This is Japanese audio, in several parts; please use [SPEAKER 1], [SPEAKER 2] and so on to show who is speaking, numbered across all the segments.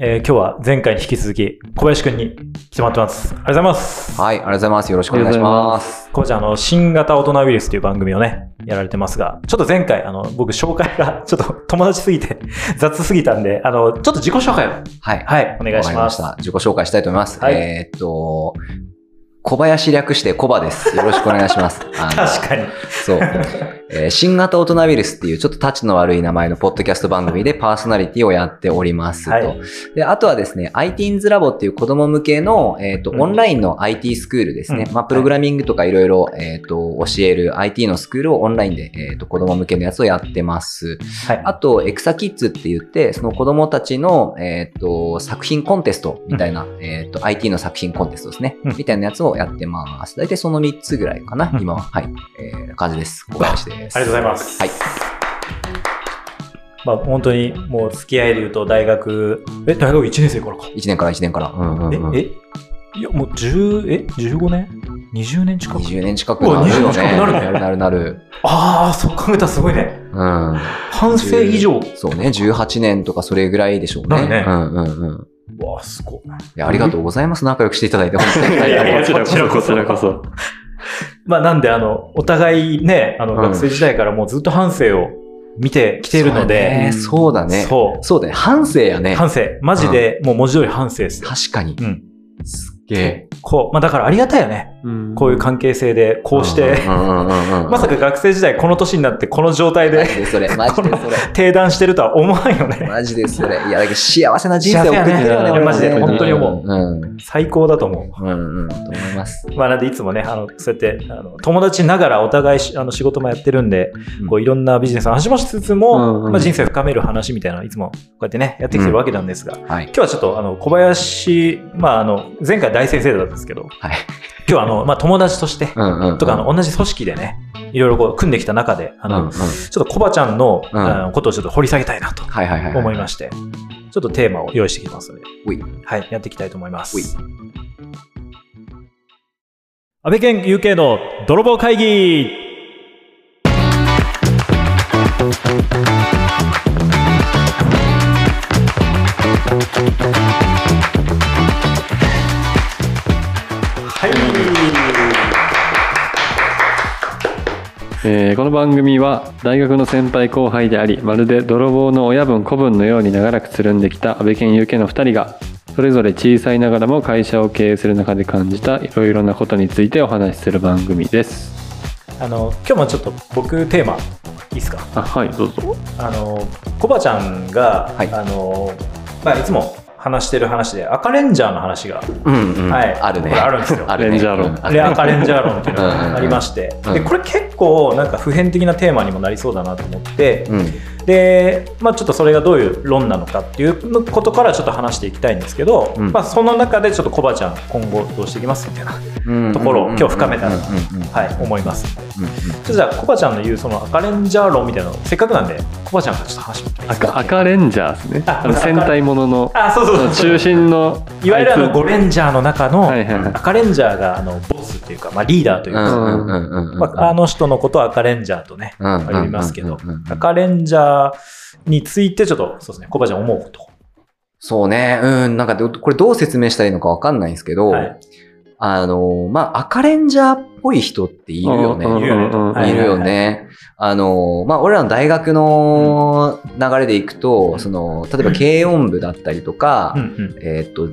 [SPEAKER 1] えー今日は前回に引き続き小林くんに来てもらってます。ありがとうございます。
[SPEAKER 2] はい、ありがとうございます。よろしくお願いします。
[SPEAKER 1] 小林ちゃん、あの、新型大人ウイルスという番組をね、やられてますが、ちょっと前回、あの、僕紹介がちょっと友達すぎて 雑すぎたんで、あの、ちょっと自己紹介を、
[SPEAKER 2] はい。
[SPEAKER 1] はい、お願いします。
[SPEAKER 2] わかりました。自己紹介したいと思います。
[SPEAKER 1] はい
[SPEAKER 2] えーっと、小林略してコバです。よろしくお願いします。 あの
[SPEAKER 1] 確かに。
[SPEAKER 2] そう、えー新型大人ウイルスっていうちょっとタチの悪い名前のポッドキャスト番組でパーソナリティをやっておりますと。
[SPEAKER 1] はい
[SPEAKER 2] で、あとはですね、ITINS ラボっていう子供向けの、えっ、と、
[SPEAKER 1] うん
[SPEAKER 2] オンラインの IT スクールですね。
[SPEAKER 1] うん
[SPEAKER 2] まあ、プログラミングとかいろいろ、えっ、と、教える IT のスクールをオンラインで、えっ、と、子供向けのやつをやってます。
[SPEAKER 1] はい。
[SPEAKER 2] あと、エクサキッズって言って、その子供たちの、えっ、と、作品コンテストみたいな、えっ、と、IT の作品コンテストですね。
[SPEAKER 1] うん
[SPEAKER 2] みたいなやつをやってます。大体その3つぐらいかな、
[SPEAKER 1] うん
[SPEAKER 2] 今は。はい。えー、感じです。小林で
[SPEAKER 1] あ
[SPEAKER 2] す。
[SPEAKER 1] りがとうございます。
[SPEAKER 2] はい。
[SPEAKER 1] まあ、本当に、もう、付き合いで言うと、大学、え、大学1年生からか。
[SPEAKER 2] 1年から1年から。うんうん、うん。
[SPEAKER 1] え、え、いや、もう、10、え、15年 ?20 年近く。
[SPEAKER 2] 20年近くなる
[SPEAKER 1] う
[SPEAKER 2] よ
[SPEAKER 1] わ20年近く
[SPEAKER 2] ね。
[SPEAKER 1] なるね
[SPEAKER 2] なるなるなる。
[SPEAKER 1] ああ、そう考えたらすごいね。
[SPEAKER 2] うん。
[SPEAKER 1] 半世以上。
[SPEAKER 2] そうね、18年とかそれぐらいでしょう
[SPEAKER 1] なる
[SPEAKER 2] ね。
[SPEAKER 1] ね
[SPEAKER 2] うんうんうん。
[SPEAKER 1] うわあ、すごい。
[SPEAKER 2] いや、ありがとうございます。仲良くしていただいて、本当に。
[SPEAKER 1] いやいや
[SPEAKER 3] こちらこそ、こちらこそ。
[SPEAKER 1] まあ、なんで、あの、お互いね、あの、
[SPEAKER 2] うん
[SPEAKER 1] 学生時代からもうずっと半生を見てきてるので、
[SPEAKER 2] そうだね。そうだ
[SPEAKER 1] そ
[SPEAKER 2] ね。そうだね。反省や
[SPEAKER 1] う、
[SPEAKER 2] ね。
[SPEAKER 1] 半生。マジで、もう文字通り半生ですよ。
[SPEAKER 2] 確かに。
[SPEAKER 1] うん。
[SPEAKER 2] すっげえ。
[SPEAKER 1] こう、まあ、だからありがたいよね。こういう関係性で、こうして、
[SPEAKER 2] うんうんうんうん。
[SPEAKER 1] まさか学生時代この年になってこの状態
[SPEAKER 2] マ
[SPEAKER 1] で
[SPEAKER 2] ジでそれ。マジでそれ。
[SPEAKER 1] 定談してるとは思わんよね。
[SPEAKER 2] マジでそれ。いや、だけど幸せな人生を送ってるよ
[SPEAKER 3] 幸せ
[SPEAKER 2] ね
[SPEAKER 3] や
[SPEAKER 2] 俺
[SPEAKER 3] ね
[SPEAKER 2] らね。
[SPEAKER 3] マジで本当に
[SPEAKER 1] 思
[SPEAKER 2] う。うん。
[SPEAKER 1] 最高だと思う。
[SPEAKER 2] うんうん。と思います。
[SPEAKER 1] まあ、なんでいつもね、あのそうやってあの友達ながらお互いしあの仕事もやってるんで、
[SPEAKER 2] うん
[SPEAKER 1] こういろんなビジネスの話もしつつも、
[SPEAKER 3] うんうん
[SPEAKER 1] まあ、人生を深める話みたいなのをいつもこうやってね、やってきてるわけなんですが、
[SPEAKER 2] はい。
[SPEAKER 1] 今日はちょっとあの小林、まあ、あの前回大先生だったんですけど、
[SPEAKER 2] はい。
[SPEAKER 1] 今日はあの、まあ、友達として、
[SPEAKER 2] うんうんうん。
[SPEAKER 1] とかあの同じ組織でね、いろいろこう組んできた中で、あ
[SPEAKER 2] うん
[SPEAKER 1] の
[SPEAKER 2] うん。
[SPEAKER 1] ちょっとコバちゃんの,、
[SPEAKER 2] うん
[SPEAKER 1] あのことをちょっと掘り下げたいなと
[SPEAKER 2] はいはいはい。
[SPEAKER 1] 思いまして、ちょっとテーマを用意してきてますので、
[SPEAKER 2] ほい
[SPEAKER 1] はい、やっていきたいと思います
[SPEAKER 2] ほい。
[SPEAKER 1] 安倍健 UK の泥棒会議はい
[SPEAKER 3] えーこの番組は大学の先輩後輩でありまるで泥棒の親分子分のように長らくつるんできた安倍健有家の2人がそれぞれ小さいながらも会社を経営する中で感じたいろいろなことについてお話しする番組です
[SPEAKER 1] あの今日もちょっと僕テーマいいですか
[SPEAKER 3] あはいどうぞ
[SPEAKER 1] あのコバちゃんが、
[SPEAKER 2] はい
[SPEAKER 1] いあのまあ、いつも話してる話で赤レンジャーの話が、
[SPEAKER 2] うんうん。
[SPEAKER 1] はい、
[SPEAKER 2] あるね。
[SPEAKER 1] これあるんですよ。
[SPEAKER 2] あるね
[SPEAKER 3] レンジャーロン
[SPEAKER 2] うんある
[SPEAKER 1] レアカレンジャー論っていうの
[SPEAKER 2] うんうんう
[SPEAKER 1] が
[SPEAKER 2] ん
[SPEAKER 1] ありまして、
[SPEAKER 2] うん
[SPEAKER 1] でこれ結構なんか普遍的なテーマにもなりそうだなと思って、
[SPEAKER 2] うん。
[SPEAKER 1] で、まあ、ちょっとそれがどういう論なのかっていうことからちょっと話していきたいんですけど、
[SPEAKER 2] うん
[SPEAKER 1] まあ、その中でちょっとコバちゃん今後どうしていきますみたいな、ところを今日深めたら
[SPEAKER 2] うんうんうんうん
[SPEAKER 1] はい、思いますんでちょ
[SPEAKER 2] うんうん
[SPEAKER 1] っとじゃあコバちゃんの言うその赤レンジャー論みたいなのせっかくなんでコバちゃんからちょっと話してみていいですか
[SPEAKER 3] 赤赤レンジャーですね
[SPEAKER 1] あ
[SPEAKER 3] あの戦隊ものの
[SPEAKER 1] あそうそうそう
[SPEAKER 3] 中心の
[SPEAKER 1] いわゆるあのゴレンジャーの中の
[SPEAKER 3] はいはいはい
[SPEAKER 1] 赤レンジャーがあのボスっていうか、まあ、リーダーという
[SPEAKER 2] う
[SPEAKER 1] か、
[SPEAKER 2] んうんうんうんうん
[SPEAKER 1] まあ、あの人のことを赤レンジャーとね
[SPEAKER 2] うんうんうんうん
[SPEAKER 1] ありますけど
[SPEAKER 2] うんうんうん
[SPEAKER 1] 赤レンジャーについてちょっとそうですねコバちゃん思うこと
[SPEAKER 2] そうね。うん。なんかど、これどう説明したらいいのかわかんないんですけど、
[SPEAKER 1] はい
[SPEAKER 2] あの、まあ、赤レンジャーっぽい人っているよね。
[SPEAKER 3] うんうんうん
[SPEAKER 1] はい
[SPEAKER 2] るよね。あの、まあ、俺らの大学の流れでいくと、その、例えば軽音部だったりとか、
[SPEAKER 1] うんうん
[SPEAKER 2] えーっと、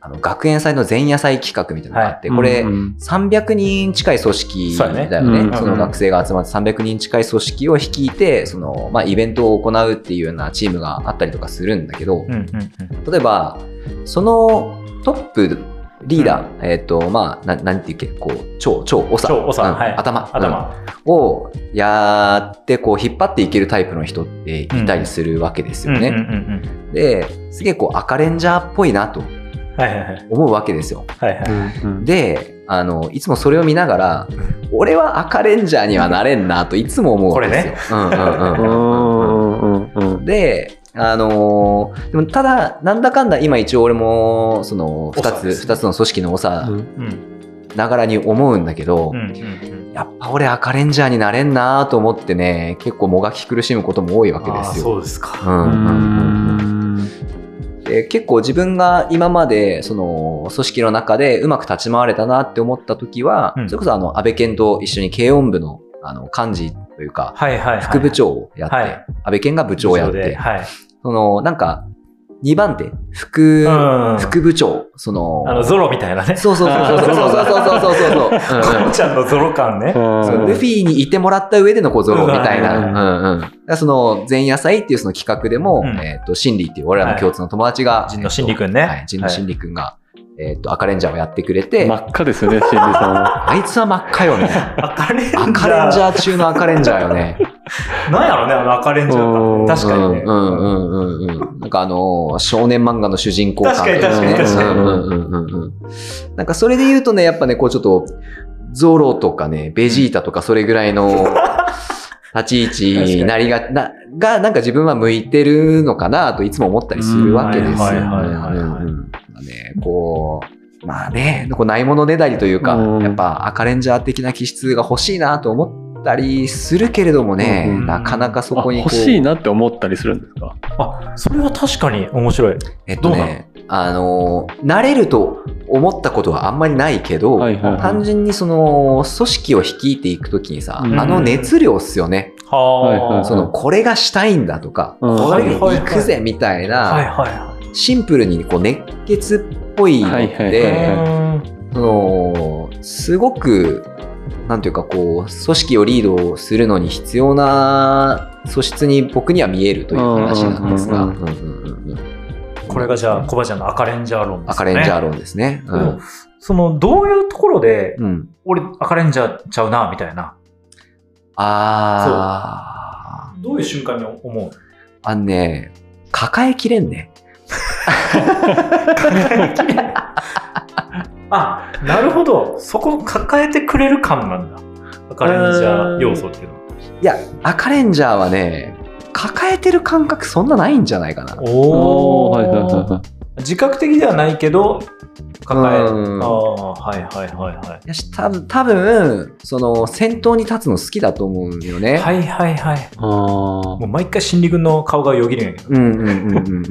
[SPEAKER 2] あの、学園祭の前夜祭企画みたいなのがあって、
[SPEAKER 3] うん
[SPEAKER 2] これ、
[SPEAKER 3] うんうん
[SPEAKER 2] 300人近い組織だよね。
[SPEAKER 1] そうだ
[SPEAKER 2] そ
[SPEAKER 3] ねうん
[SPEAKER 2] の学生が集まって300人近い組織を率いて、その、まあ、イベントを行うっていうようなチームがあったりとかするんだけ
[SPEAKER 1] う
[SPEAKER 2] ど、
[SPEAKER 1] んうんうん
[SPEAKER 2] 例えば、そのトップリーダー、えっ、と、まあ、ななんていうっけ、こう、超、超、長
[SPEAKER 1] 長長
[SPEAKER 2] うん
[SPEAKER 1] はい
[SPEAKER 2] 頭、うん
[SPEAKER 1] 頭
[SPEAKER 2] をやって、こう、引っ張っていけるタイプの人っていたりするわけですよ
[SPEAKER 1] うん
[SPEAKER 2] ね。
[SPEAKER 1] うんうん
[SPEAKER 2] で、すげえ、こう、赤レンジャーっぽいなと
[SPEAKER 1] うんはいはいはい
[SPEAKER 2] 思うわけですよ。
[SPEAKER 1] はいはい
[SPEAKER 3] うん
[SPEAKER 2] で、あの、いつもそれを見な がら、俺は赤レンジャーにはなれんなといつも思うわけですよ。うんうんう
[SPEAKER 3] う
[SPEAKER 2] んうんうんうん
[SPEAKER 3] んうんうんうん
[SPEAKER 2] で、あのーでもただ、なんだかんだ今一応俺も、その、二
[SPEAKER 1] 長で
[SPEAKER 2] つ、
[SPEAKER 1] す
[SPEAKER 2] 二つの組織の長
[SPEAKER 1] うん
[SPEAKER 2] ながらに思うんだけど、
[SPEAKER 1] うんうんうん
[SPEAKER 2] やっぱ俺赤レンジャーになれんなと思ってね、結構もがき苦しむことも多いわけ
[SPEAKER 1] あ
[SPEAKER 2] で
[SPEAKER 1] あ
[SPEAKER 2] すよ。
[SPEAKER 1] そうですか
[SPEAKER 2] うんうんうん
[SPEAKER 3] うん
[SPEAKER 2] でで結構自分が今までその組織の中でうまく立ち回れたなって思った時は、
[SPEAKER 1] うん
[SPEAKER 2] それこそあの安倍健と一緒に軽音部のあの幹事というか
[SPEAKER 1] はいはい、はい。
[SPEAKER 2] 副部長をやって、
[SPEAKER 1] はい
[SPEAKER 2] 安倍健が部長をやっ
[SPEAKER 1] 部で
[SPEAKER 2] て、
[SPEAKER 1] はい。
[SPEAKER 2] そのなんか2番手副,、
[SPEAKER 1] うん
[SPEAKER 2] 副部長その
[SPEAKER 1] あの、ゾロみたいなね。
[SPEAKER 2] そうそうそうそうそうそうそうそう そううんうん
[SPEAKER 1] コちゃんのゾロ感ね。
[SPEAKER 2] そうルフィにいてもらった上での小僧みたいな。
[SPEAKER 3] う
[SPEAKER 2] うんんうんだからその、前夜祭っていうその企画でも、
[SPEAKER 1] うん
[SPEAKER 2] えっ、と、心理っていう俺らの共通の友達が、
[SPEAKER 1] 神野真理くんね
[SPEAKER 2] はい、神野真理くんが、えっ、と、赤レンジャーをやってくれて、
[SPEAKER 3] 真っ赤ですよね、シンジさんは。
[SPEAKER 2] あいつは真っ赤 よね。
[SPEAKER 1] 赤レンジャー。
[SPEAKER 2] 赤レンジャー中の赤レンジャーよね。
[SPEAKER 1] なんやろね、あの赤レンジャー感。確かにね。
[SPEAKER 2] うんうんうんうんうん。なんかあのー少年漫画の主人公感という
[SPEAKER 1] 確
[SPEAKER 3] かに確かに確かに
[SPEAKER 2] うんうんうんうんうんなんかそれで言うとね、やっぱね、こうちょっと、ゾロとかね、ベジータとかそれぐらいの立ち位置になりが、な、が、なんか自分は向いてるのかなといつも思ったりするわけですよ。
[SPEAKER 1] うんはいはいはいはい
[SPEAKER 2] うんうんうんね、こう、まあね、こうないものねだりというか、
[SPEAKER 3] うん
[SPEAKER 2] やっぱ赤レンジャー的な気質が欲しいなと思ったりするけれどもね、
[SPEAKER 3] うん
[SPEAKER 2] なかなかそこ
[SPEAKER 3] あ
[SPEAKER 2] にこ
[SPEAKER 3] 欲
[SPEAKER 2] う。
[SPEAKER 3] しいなって思ったりするんですか
[SPEAKER 1] あ、それは確かに面白い。
[SPEAKER 2] えっとね、あのー、慣れると思ったことはあんまりないけど、
[SPEAKER 3] はいはいはい
[SPEAKER 2] 単純にその、組織を率いていくときにさ、
[SPEAKER 3] うん
[SPEAKER 2] あの熱量っすよね。
[SPEAKER 1] はあ、
[SPEAKER 3] はいはいはい
[SPEAKER 2] その、これがしたいんだとか、
[SPEAKER 3] うん
[SPEAKER 2] これ
[SPEAKER 1] はいはいはい
[SPEAKER 2] 行くぜみたい
[SPEAKER 1] はい
[SPEAKER 2] な、
[SPEAKER 1] はいは
[SPEAKER 2] シンプルにこう熱血っぽいの
[SPEAKER 3] はいはい
[SPEAKER 1] い。
[SPEAKER 3] え
[SPEAKER 2] で、
[SPEAKER 1] う
[SPEAKER 2] その、すごく、なんていうかこう、組織をリードするのに必要な素質に僕には見えるという話なんですが、
[SPEAKER 3] うんう
[SPEAKER 2] うんうんうんうん
[SPEAKER 1] ーんこれがじゃあ、コバちゃんの赤レンジャー論です、ね。
[SPEAKER 2] 赤レンジャー論ですね。うん
[SPEAKER 1] うんその、どういうところで、
[SPEAKER 2] うん。
[SPEAKER 1] 俺、赤レンジャーちゃうな、みたいな。
[SPEAKER 2] あ
[SPEAKER 1] どういう瞬間に思う
[SPEAKER 2] ー。あのね、抱えきれんね。
[SPEAKER 1] あ、なるほど。そこを抱えてくれる感なんだ。赤レンジャー要素っていうのは。
[SPEAKER 2] いや、赤レンジャーはね、抱えてる感覚そんなないんじゃないかな。
[SPEAKER 1] お
[SPEAKER 3] ーはいはいはいはい。
[SPEAKER 1] 自覚的ではないけど、抱え。あ
[SPEAKER 2] うん
[SPEAKER 1] あ、はいはいはいはい。
[SPEAKER 2] いやし多分、多分、その、先頭に立つの好きだと思うんよね。
[SPEAKER 1] はいはいはい。
[SPEAKER 3] あ
[SPEAKER 1] もう毎回、新理君の顔がよぎるんやけど。
[SPEAKER 2] うんうんうんうんうんうんうん。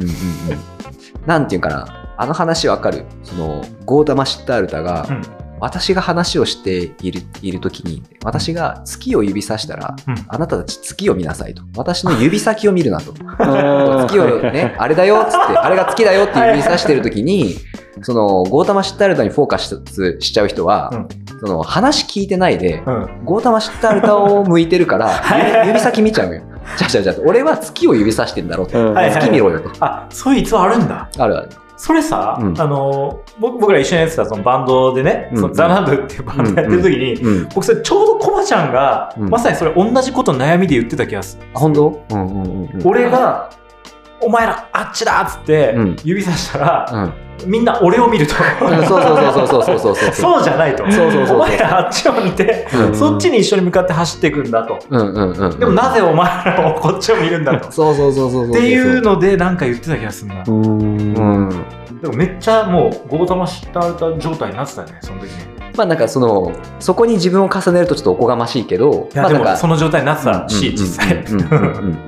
[SPEAKER 2] なんていうんかな。あの話わかるその、ゴータマ・シッタールタが、
[SPEAKER 1] うん
[SPEAKER 2] 私が話をしているいる時に、私が月を指さしたら、
[SPEAKER 1] うん
[SPEAKER 2] あなたたち月を見なさいと。私の指先を見るなと。
[SPEAKER 3] あ。
[SPEAKER 2] 月を ね、あれだよっつって、あれが月だよって指さしてる時に、その、ゴータマ・シッタルタにフォーカスしちゃう人は、
[SPEAKER 1] うん
[SPEAKER 2] その、話聞いてないで、
[SPEAKER 1] うん。
[SPEAKER 2] ゴータマ・シッタルタを向いてるから、指指先見ちゃうよ。じゃあじゃあじゃあ、俺は月を指さしてんだろうと。
[SPEAKER 3] うん
[SPEAKER 1] はいはい
[SPEAKER 2] 月見ろよと。
[SPEAKER 1] あ、そういう逸話あるんだ。
[SPEAKER 2] あるある。
[SPEAKER 1] それさ、
[SPEAKER 2] うん
[SPEAKER 1] あの僕僕ら一緒にやってたそのバンドでね、
[SPEAKER 2] うん
[SPEAKER 1] そのザ・ナンドゥっていうバンドやってる時に、
[SPEAKER 2] うん。
[SPEAKER 1] 僕それちょうどコバちゃんが、
[SPEAKER 2] うん
[SPEAKER 1] まさにそれ同じこと悩みで言ってた気がする、
[SPEAKER 2] あ本当うんうんうんうん。
[SPEAKER 1] 俺が「お前らあっちだ!」っつって
[SPEAKER 2] うん
[SPEAKER 1] 指さしたら、
[SPEAKER 2] うん。
[SPEAKER 1] みんな俺を見ると、
[SPEAKER 2] うんそうそうそうそうそうそうそう。
[SPEAKER 1] そうじゃないと
[SPEAKER 2] そうそうそうそう
[SPEAKER 1] お前らあっちを見て、
[SPEAKER 2] うん
[SPEAKER 1] そっちに一緒に向かって走っていくんだと
[SPEAKER 2] うんうんうんうん。
[SPEAKER 1] でもなぜお前らもこっちを見るんだとっ
[SPEAKER 2] そうそうそうそうそう。
[SPEAKER 1] ていうのでなんか言ってた気がするな、
[SPEAKER 3] う。
[SPEAKER 2] うんん。
[SPEAKER 1] でもめっちゃもうゴータマシッタールタ状態になってたねその時ね
[SPEAKER 2] まあなんかその、そこに自分を重ねるとちょっとおこがましいけど、
[SPEAKER 1] いや、
[SPEAKER 2] まあ
[SPEAKER 1] で
[SPEAKER 2] なんか
[SPEAKER 1] もその状態になってたし、実際。
[SPEAKER 2] うんう んうんうんうんうん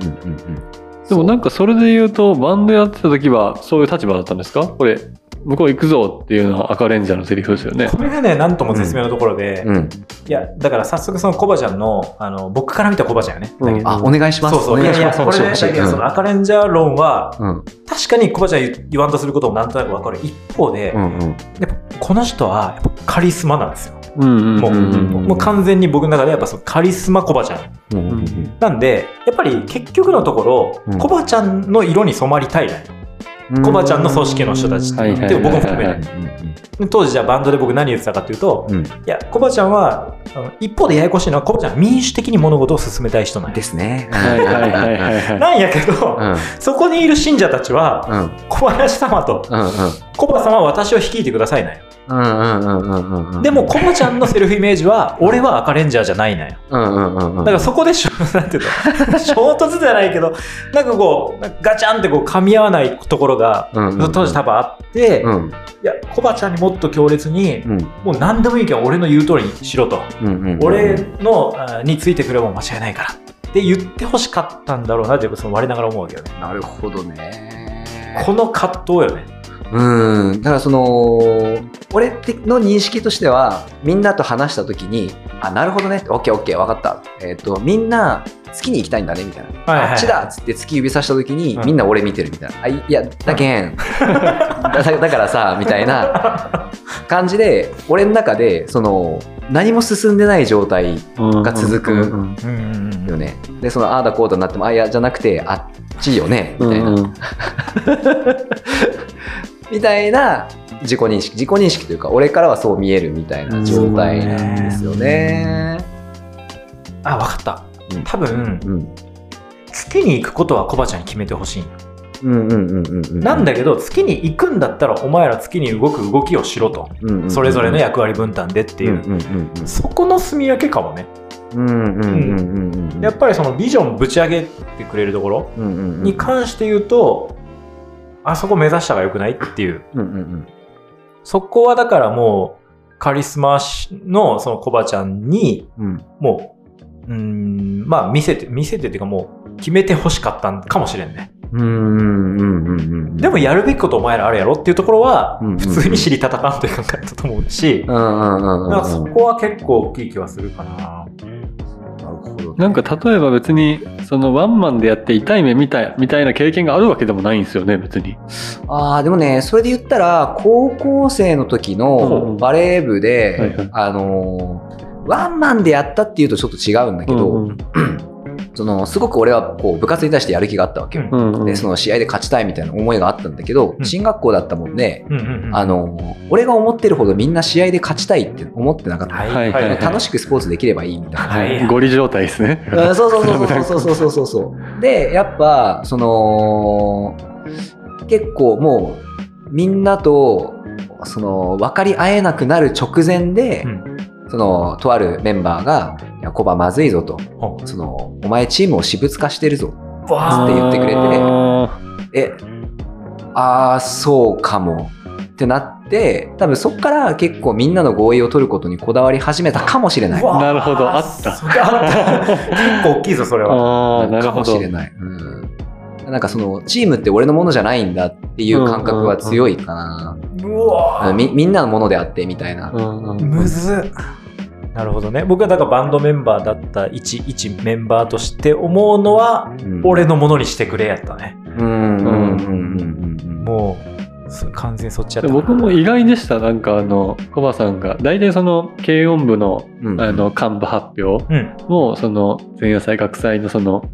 [SPEAKER 3] でもなんかそれで言うと、バンドやってた時はそういう立場だったんですかこれ、向こう行くぞっていうのは赤レンジャーのセリフですよね。
[SPEAKER 1] これがね、なんとも絶妙なところで、
[SPEAKER 2] うんうん
[SPEAKER 1] いや、だから早速そのコバちゃんの、あの、僕から見たコバちゃんよね。
[SPEAKER 3] うん
[SPEAKER 1] だけど
[SPEAKER 2] あ、お願いします。
[SPEAKER 1] そうそう、
[SPEAKER 2] お
[SPEAKER 1] い
[SPEAKER 2] 願い
[SPEAKER 1] やい
[SPEAKER 2] しま
[SPEAKER 1] や、
[SPEAKER 2] す。
[SPEAKER 1] これね、だけどその赤レンジャー論は、
[SPEAKER 2] うんうん
[SPEAKER 1] 確かにコバちゃん言言わんとすることもなんとなくわかる一方で、
[SPEAKER 2] うんうん
[SPEAKER 1] やっぱこの人は、やっぱカリスマなんですよ。
[SPEAKER 3] うんうん
[SPEAKER 1] もう
[SPEAKER 2] うん
[SPEAKER 1] もう完全に僕の中でやっぱそのカリスマコバちゃん。
[SPEAKER 2] うんうん
[SPEAKER 1] なんで、やっぱり結局のところ、
[SPEAKER 2] うん
[SPEAKER 1] コバちゃんの色に染まりたいな
[SPEAKER 2] うん
[SPEAKER 1] コバちゃんの組織の人たちって
[SPEAKER 3] はいはいはい
[SPEAKER 1] でも僕も含め
[SPEAKER 3] は
[SPEAKER 1] て
[SPEAKER 3] い。
[SPEAKER 1] 当時じゃあバンドで僕何言ってたかというと、
[SPEAKER 2] うん
[SPEAKER 1] いやコバちゃんはあの一方でややこしいのはコバちゃんは民主的に物事を進めたい人なん
[SPEAKER 2] で
[SPEAKER 1] や
[SPEAKER 2] すね。
[SPEAKER 3] はいはいはいはいは
[SPEAKER 1] なんやけど、
[SPEAKER 2] うん
[SPEAKER 1] そこにいる信者たちは
[SPEAKER 2] うん
[SPEAKER 1] 小林様と
[SPEAKER 2] うん
[SPEAKER 1] コバ様は私を率いてくださいなんよ
[SPEAKER 2] うんうんうんうんうん
[SPEAKER 1] でもコバちゃんのセルフイメージは俺は赤レンジャーじゃないなんよ
[SPEAKER 2] うんうんうんう
[SPEAKER 1] だ
[SPEAKER 2] ん
[SPEAKER 1] からそこでしょなんていう の衝突じゃないけどなんかこうなんかガチャンってこう噛み合わないところが
[SPEAKER 2] うんうんうん
[SPEAKER 1] 当時多分あって、
[SPEAKER 2] う
[SPEAKER 1] い
[SPEAKER 2] ん
[SPEAKER 1] やコバちゃんにもっと強烈に、
[SPEAKER 2] うん
[SPEAKER 1] もう何でもいいけど俺の言う通りにしろと。
[SPEAKER 2] うんうんうん
[SPEAKER 1] 俺のあーについてくれば間違いないからって言ってほしかったんだろうなってその我ながら思うわけよね
[SPEAKER 2] なるほどねね。
[SPEAKER 1] この葛藤よね。
[SPEAKER 2] うん。だからその、俺的の認識としては、みんなと話した時に、あ、なるほどね。オッケーオッケー、わかった。えっ、と、みんな月に行きたいんだね、みたいな。
[SPEAKER 1] はいはい
[SPEAKER 2] あっちだっつって月指さした時に、
[SPEAKER 1] うん
[SPEAKER 2] みんな俺見てるみたいな。あ、いいや、だけん。だだだからさ、みたいな感じで、俺の中で、その、何も進んでない状態が続く
[SPEAKER 3] うん
[SPEAKER 1] うんうんうん
[SPEAKER 2] よね。で、その、ああだこうだなっても、あ、いや、じゃなくて、あっちよね、
[SPEAKER 3] う
[SPEAKER 2] み
[SPEAKER 3] ん
[SPEAKER 2] たいな。
[SPEAKER 3] うんうん
[SPEAKER 2] みたいな自己認識自己認識というか俺からはそう見えるみたいな状態なんですよね。
[SPEAKER 1] あ、わかった
[SPEAKER 2] うん。
[SPEAKER 1] 多分、
[SPEAKER 2] うん
[SPEAKER 1] 月に行くことはコバちゃんに決めてほしいんよ。
[SPEAKER 2] うんうんうんうんうん
[SPEAKER 1] なんだけど、月に行くんだったら、お前ら月に動く動きをしろと。
[SPEAKER 2] うんうんうん
[SPEAKER 1] それぞれの役割分担でっていう。
[SPEAKER 2] うんうん
[SPEAKER 1] そこの住み分けかもね。
[SPEAKER 2] うんうんうんうんうんうん
[SPEAKER 1] やっぱりそのビジョンぶち上げてくれるところ
[SPEAKER 2] うんうんうん
[SPEAKER 1] に関して言うと、あそこ目指した方が良くないっていう。
[SPEAKER 2] うんうんうん
[SPEAKER 1] そこはだからもう、カリスマのそのコバちゃんに、
[SPEAKER 2] うん
[SPEAKER 1] もう、うーん、まあ見せて、見せてっていうかもう、決めて欲しかったんかもしれんね。
[SPEAKER 2] うんうんうんうんうん
[SPEAKER 1] でもやるべきことお前らあるやろっていうところは、
[SPEAKER 2] うんうんうん
[SPEAKER 1] 普通に知りたたかんという考えだと思うし
[SPEAKER 2] う、んうんうんうんうん
[SPEAKER 1] だからそこは結構大きい気はするかな。
[SPEAKER 2] なるほど
[SPEAKER 3] なんか例えば別にそのワンマンでやって痛い目見たみたいな経験があるわけでもないんですよね別に。
[SPEAKER 2] あーでもねそれで言ったら高校生の時
[SPEAKER 3] うんうん
[SPEAKER 2] のバレー部
[SPEAKER 3] はいは
[SPEAKER 2] で
[SPEAKER 3] い
[SPEAKER 2] あのーワンマンでやったっていうとちょっと違うんだけど、
[SPEAKER 3] うんうん
[SPEAKER 2] そのすごく俺はこう部活に対してやる気があったわけよ、
[SPEAKER 3] うんうん
[SPEAKER 2] でその試合で勝ちたいみたいな思いがあったんだけど、
[SPEAKER 1] うん
[SPEAKER 2] 進学校だったもんで、
[SPEAKER 1] うんうんうん。
[SPEAKER 2] あの俺が思ってるほどみんな試合で勝ちたいって思ってなかった、
[SPEAKER 1] はい
[SPEAKER 3] はいはいはい
[SPEAKER 2] 楽しくスポーツできればいいみたいな。
[SPEAKER 1] はい
[SPEAKER 3] ゴリ状態ですね。
[SPEAKER 2] うんそうそうそうそうそうそうそうそうそう。で、やっぱ、その、結構もう、みんなと、その、分かり合えなくなる直前で、
[SPEAKER 1] うん
[SPEAKER 2] その、とあるメンバーが、いや、コバまずいぞと、
[SPEAKER 1] ほ
[SPEAKER 2] その、お前チームを私物化してるぞ
[SPEAKER 1] うわ
[SPEAKER 2] って言ってくれて
[SPEAKER 3] あー
[SPEAKER 2] えああそうかもってなって多分そっから結構みんなの合意を取ることにこだわり始めたかもしれない
[SPEAKER 1] ー
[SPEAKER 3] なるほどあった
[SPEAKER 1] それあった結構大きいぞ、それは。
[SPEAKER 3] あーなる
[SPEAKER 2] か
[SPEAKER 3] ほ
[SPEAKER 2] も
[SPEAKER 3] ど
[SPEAKER 2] しれ。ない、うん、なんかそのチームって俺のものじゃないんだっていう感覚は強いかな、
[SPEAKER 1] うわ
[SPEAKER 2] うんみみんなのものであってみたいな、
[SPEAKER 3] うんうん
[SPEAKER 1] むずっなるほどね僕はだからバンドメンバーだった一一メンバーとして思うのは
[SPEAKER 2] うん、
[SPEAKER 1] 俺のものにしてくれやったね
[SPEAKER 2] うんうんうんうんうんうん
[SPEAKER 1] もうそ完全にそっちやったな
[SPEAKER 3] 僕も意外でしたなんかあのコバさんが大体その軽音部の
[SPEAKER 2] うん
[SPEAKER 3] あの幹部発表
[SPEAKER 1] うん
[SPEAKER 3] もその前夜祭学祭のその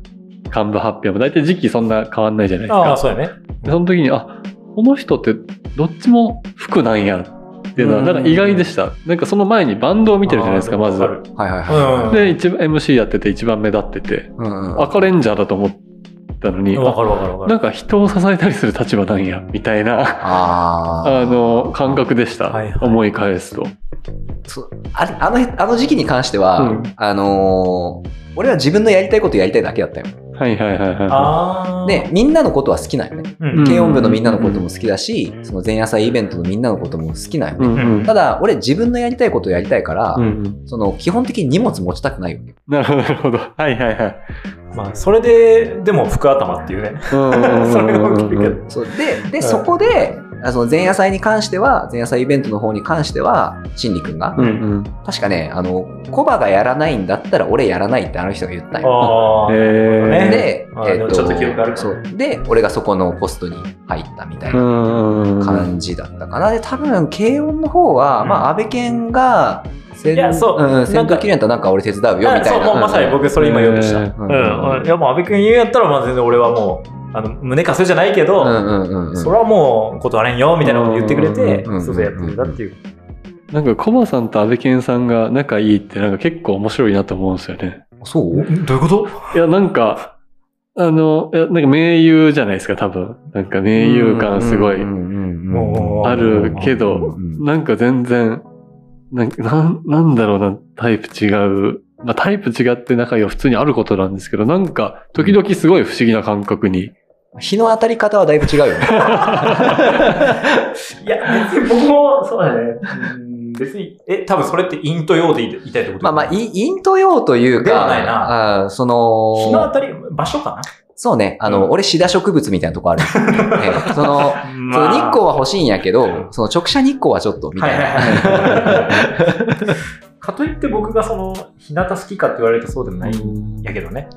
[SPEAKER 3] 幹部発表も大体時期そんな変わんないじゃないです
[SPEAKER 1] ああ
[SPEAKER 3] か。
[SPEAKER 1] そうやね
[SPEAKER 3] でその時にあこの人ってどっちも服なんやっていうのは
[SPEAKER 1] うん
[SPEAKER 3] なんか意外でした。なんかその前にバンドを見てるじゃないですか
[SPEAKER 1] あー
[SPEAKER 3] まず
[SPEAKER 1] わ。る
[SPEAKER 2] はいはいはい、
[SPEAKER 1] うん
[SPEAKER 3] で一番 MC やってて一番目立ってて
[SPEAKER 2] うんうん
[SPEAKER 3] 赤レンジャーだと思ったのに
[SPEAKER 1] わかるわかるわか
[SPEAKER 3] な
[SPEAKER 1] る
[SPEAKER 3] んか人を支えたりする立場なんやみたいな。
[SPEAKER 2] あー
[SPEAKER 3] あの感覚でした、
[SPEAKER 1] はいはい
[SPEAKER 3] 思い返すと。
[SPEAKER 2] そうあれあのあの時期に関しては、
[SPEAKER 3] うん
[SPEAKER 2] あのー俺は自分のやりたいことやりたいだけだったよ
[SPEAKER 3] はいはいはいはい。
[SPEAKER 1] ああ
[SPEAKER 2] でみんなのことは好きなんよね
[SPEAKER 1] う
[SPEAKER 3] うん
[SPEAKER 1] ん
[SPEAKER 2] 軽音部のみんなのことも好きだし、その前夜祭イベントのみんなのことも好きなんよ
[SPEAKER 3] う
[SPEAKER 2] ね、
[SPEAKER 3] んうん
[SPEAKER 2] ただ俺自分のやりたいことをやりたいから、
[SPEAKER 3] うんうん
[SPEAKER 2] その基本的に荷物持ちたくないよね
[SPEAKER 3] なるほどなるほど。はいはいはい。
[SPEAKER 1] まあそれででも服頭っていうね
[SPEAKER 3] うんうんうんうん
[SPEAKER 1] それは大きいけど
[SPEAKER 2] そうでで、そこであその前夜祭に関しては前夜祭イベントの方に関しては真理君が、
[SPEAKER 3] うんうん。
[SPEAKER 2] 確かねあのコバがやらないんだったら俺やらないってあの人が言ったんよ
[SPEAKER 1] ああ
[SPEAKER 3] えー
[SPEAKER 2] で、
[SPEAKER 1] あーでもちょっと記憶ある
[SPEAKER 2] そうで俺がそこのポストに入ったみたいな
[SPEAKER 3] うんうんうん。
[SPEAKER 2] 感じだったかな。で、多分、軽音の方は、
[SPEAKER 1] うん
[SPEAKER 2] まあ、安倍健が、せん、
[SPEAKER 1] いやそうん
[SPEAKER 2] 戦闘機にやったらなんか俺手伝うよ、みたい
[SPEAKER 1] そうもう
[SPEAKER 2] な。
[SPEAKER 1] まさに僕それ今言おうとした
[SPEAKER 3] えー
[SPEAKER 1] うんうんいやもう阿部君言うんやったらまあ全然俺はもうあの胸かすじゃないけど、
[SPEAKER 2] うんうんうんうん。
[SPEAKER 1] それはもう断れんよみたいなこと言ってくれて、
[SPEAKER 2] うん
[SPEAKER 1] そうそうやってくれたっていう。
[SPEAKER 3] なんかコバさんと安倍健さんが仲いいってなんか結構面白いなと思うんですよね。
[SPEAKER 2] そう
[SPEAKER 1] どういうこと
[SPEAKER 3] いやなんか、あの、いやなんか名優じゃないですか多分。なんか名優感すごい
[SPEAKER 2] うんうんうんうん
[SPEAKER 1] もう
[SPEAKER 3] あるけ
[SPEAKER 2] うん
[SPEAKER 3] ど、
[SPEAKER 2] うんうん
[SPEAKER 3] なんか全然、なんかなんなんだろうな、タイプ違う。まあタイプ違って仲良いは普通にあることなんですけど、なんか時々すごい不思議な感覚に。
[SPEAKER 2] 日の当たり方はだいぶ違うよね。
[SPEAKER 1] いや、別に僕も、そうだね。うん別に、え、多分それって陰と陽で言いたいってこと
[SPEAKER 2] まあまあ、い陰と陽という
[SPEAKER 1] ではない
[SPEAKER 2] か、あーその、
[SPEAKER 1] 日の当たり、場所かな
[SPEAKER 2] そうね。あの、
[SPEAKER 1] うん
[SPEAKER 2] 俺、シダ植物みたいなとこ ある。ええその、その日光は欲しいんやけど、その直射日光はちょっと、みたいな。
[SPEAKER 1] かといって僕がその日向好きかって言われるとそうでもないんやけどね。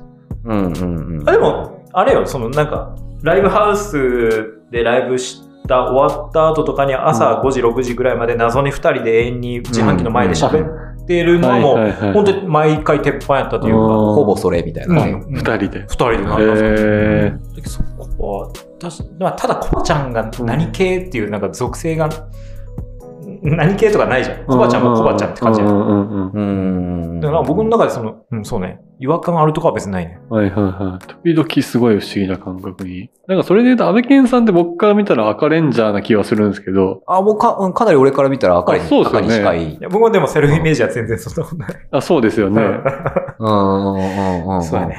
[SPEAKER 2] うんうんうん。
[SPEAKER 1] あでも、あれよ、そのなんか、ライブハウスでライブした、終わった後とかに朝5時、6時ぐらいまで謎に2人で永遠に自販機の前で喋ってるのも、
[SPEAKER 3] いはい
[SPEAKER 1] 本当に毎回鉄板やったという
[SPEAKER 3] う
[SPEAKER 1] か、
[SPEAKER 3] ん
[SPEAKER 2] ほぼそれみたいなね。
[SPEAKER 1] 2
[SPEAKER 3] 2人で。
[SPEAKER 1] 人でなんか
[SPEAKER 3] へ
[SPEAKER 1] そこは確かまあただコバちゃんが何系っていうなんか属性が何系とかないじゃんコバちゃんもコバちゃんって感じ
[SPEAKER 3] う
[SPEAKER 1] やんだか
[SPEAKER 3] んうんうんうん
[SPEAKER 2] うん。
[SPEAKER 1] ら僕の中でその、うん、そうね違和感あるとかは別にないね
[SPEAKER 3] はいはいはい。時々すごい不思議な感覚に。なんかそれで言うと、安倍健さんって僕から見たら赤レンジャーな気はするんですけど、
[SPEAKER 2] あ、もうか、うんかなり俺から見たら赤に、
[SPEAKER 3] あそうです
[SPEAKER 2] 赤
[SPEAKER 3] よ
[SPEAKER 2] に
[SPEAKER 3] ね
[SPEAKER 2] 近い。
[SPEAKER 1] いや僕はでもセルフイメージは全然そんなことない
[SPEAKER 3] あ、そうですよね。
[SPEAKER 2] うんうんうんうんうん。
[SPEAKER 1] そうやね